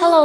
Hello，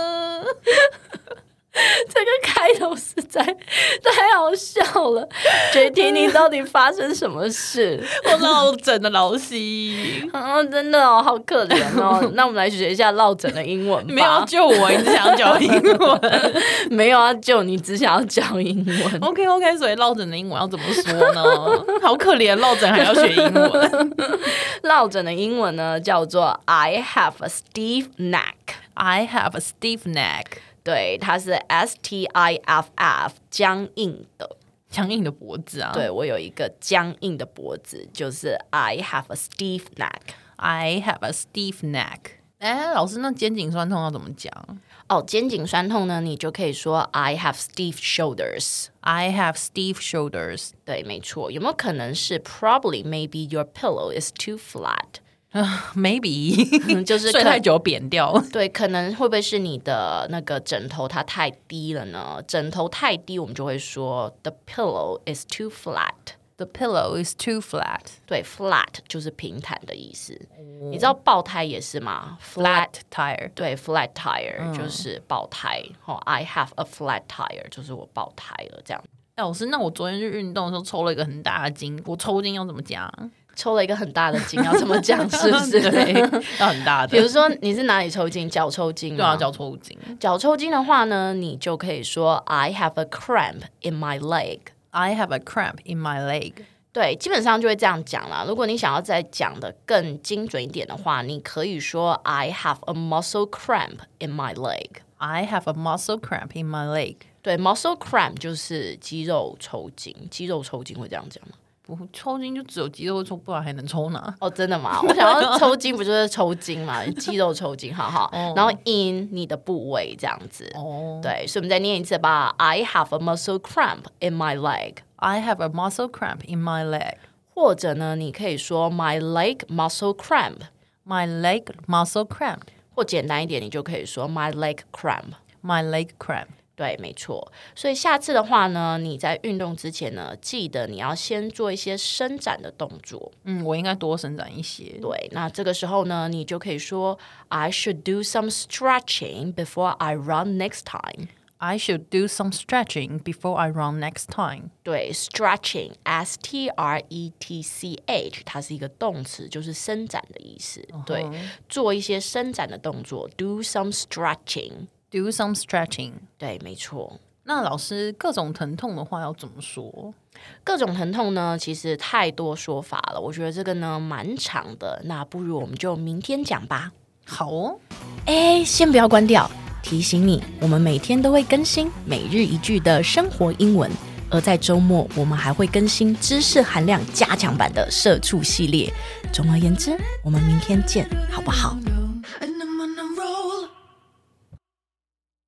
这个开头实在太好笑了，觉得听听到底发生什么事？我 落枕的老西，嗯，真的 哦，好可怜哦。 那我们来学一下落枕的英文吧。你没有要救我，你只想救英 文。 没有要救你，只想要教英 文。 OK OK，所以落枕的英文要怎么说呢？ 好可怜，落枕还要学英文。落枕的英文呢，叫做 I have a stiff neck。 I have a stiff neck，对，它是 S T I F F，僵硬的。强硬的脖子啊。对我有一个僵硬的脖子，就是 I have a stiff neck。 ，I have a stiff neck。哎，老师，那肩颈酸痛要怎么讲哦，肩颈酸痛呢，你就可以说 I have stiff shoulders。 ？I have stiff shoulders。 对，没错。有没有可能是 probably maybe your pillow is too flat？ Maybe 就是睡可太久扁掉。对，可能会不会是你的那个枕头它太低了呢？枕头太低，我们就会说 the pillow is too flat。 The pillow is too flat. 对，flat 就是平坦的意思。你知道爆胎也是吗？flat 哦 Flat tire. 嗯对，flat tire、就是爆胎。哦、i have a flat tire 就是我爆胎了，这样哎老师，那我昨天去运动的时候抽了一个很大的筋，我抽筋要怎么讲？抽了一个很大的筋，要怎么讲？是不 对是？，要很大 比如的。说你是哪里抽筋？脚抽筋吗？对啊，叫抽筋。脚抽筋的话呢，你就可以说 I have a cramp in my leg。 I have a cramp in my leg. 对，基本上就会这样讲啦。如果你想要再讲的更精准一点的话，你可以说 I have a muscle cramp in my leg。 I have a muscle cramp in my leg. 对，muscle cramp 就是肌肉抽筋，肌肉抽筋会这样讲吗？不，抽筋就只有肌肉会抽，不然还能抽哪？哦，真的吗？我想要抽筋，不就是抽筋嘛，肌肉抽筋，好好。然后 in 你的部位这样子。哦、对，所以我们再念一次吧。I have a muscle cramp in my leg。 i have a muscle cramp in my leg. 或者呢，你可以说 my leg muscle cramp， My leg muscle cramp. 或简单一点，你就可以说 my leg cramp。 My leg cramp. 对，没错。所以下次的话呢，你在运动之前呢，记得你要先做一些伸展的动作。嗯，我应该多伸展一些。对，那这个时候呢，你就可以说 I should do some stretching before I run next time。 I should do some stretching before I run next time. 对，stretching s t r e t c h，它是一个动词，就是伸展的意思。对，做一些伸展的动作，do some stretching。 Do some stretching. 对，没错。那老师，各种疼痛的话要怎么说？各种疼痛呢，其实太多说法了。我觉得这个呢蛮长的，那不如我们就明天讲吧。好哦，哎，先不要关掉，提醒你，我们每天都会更新每日一句的生活英文，而在周末我们还会更新知识含量加强版的社畜系列。总而言之，我们明天见，好不好？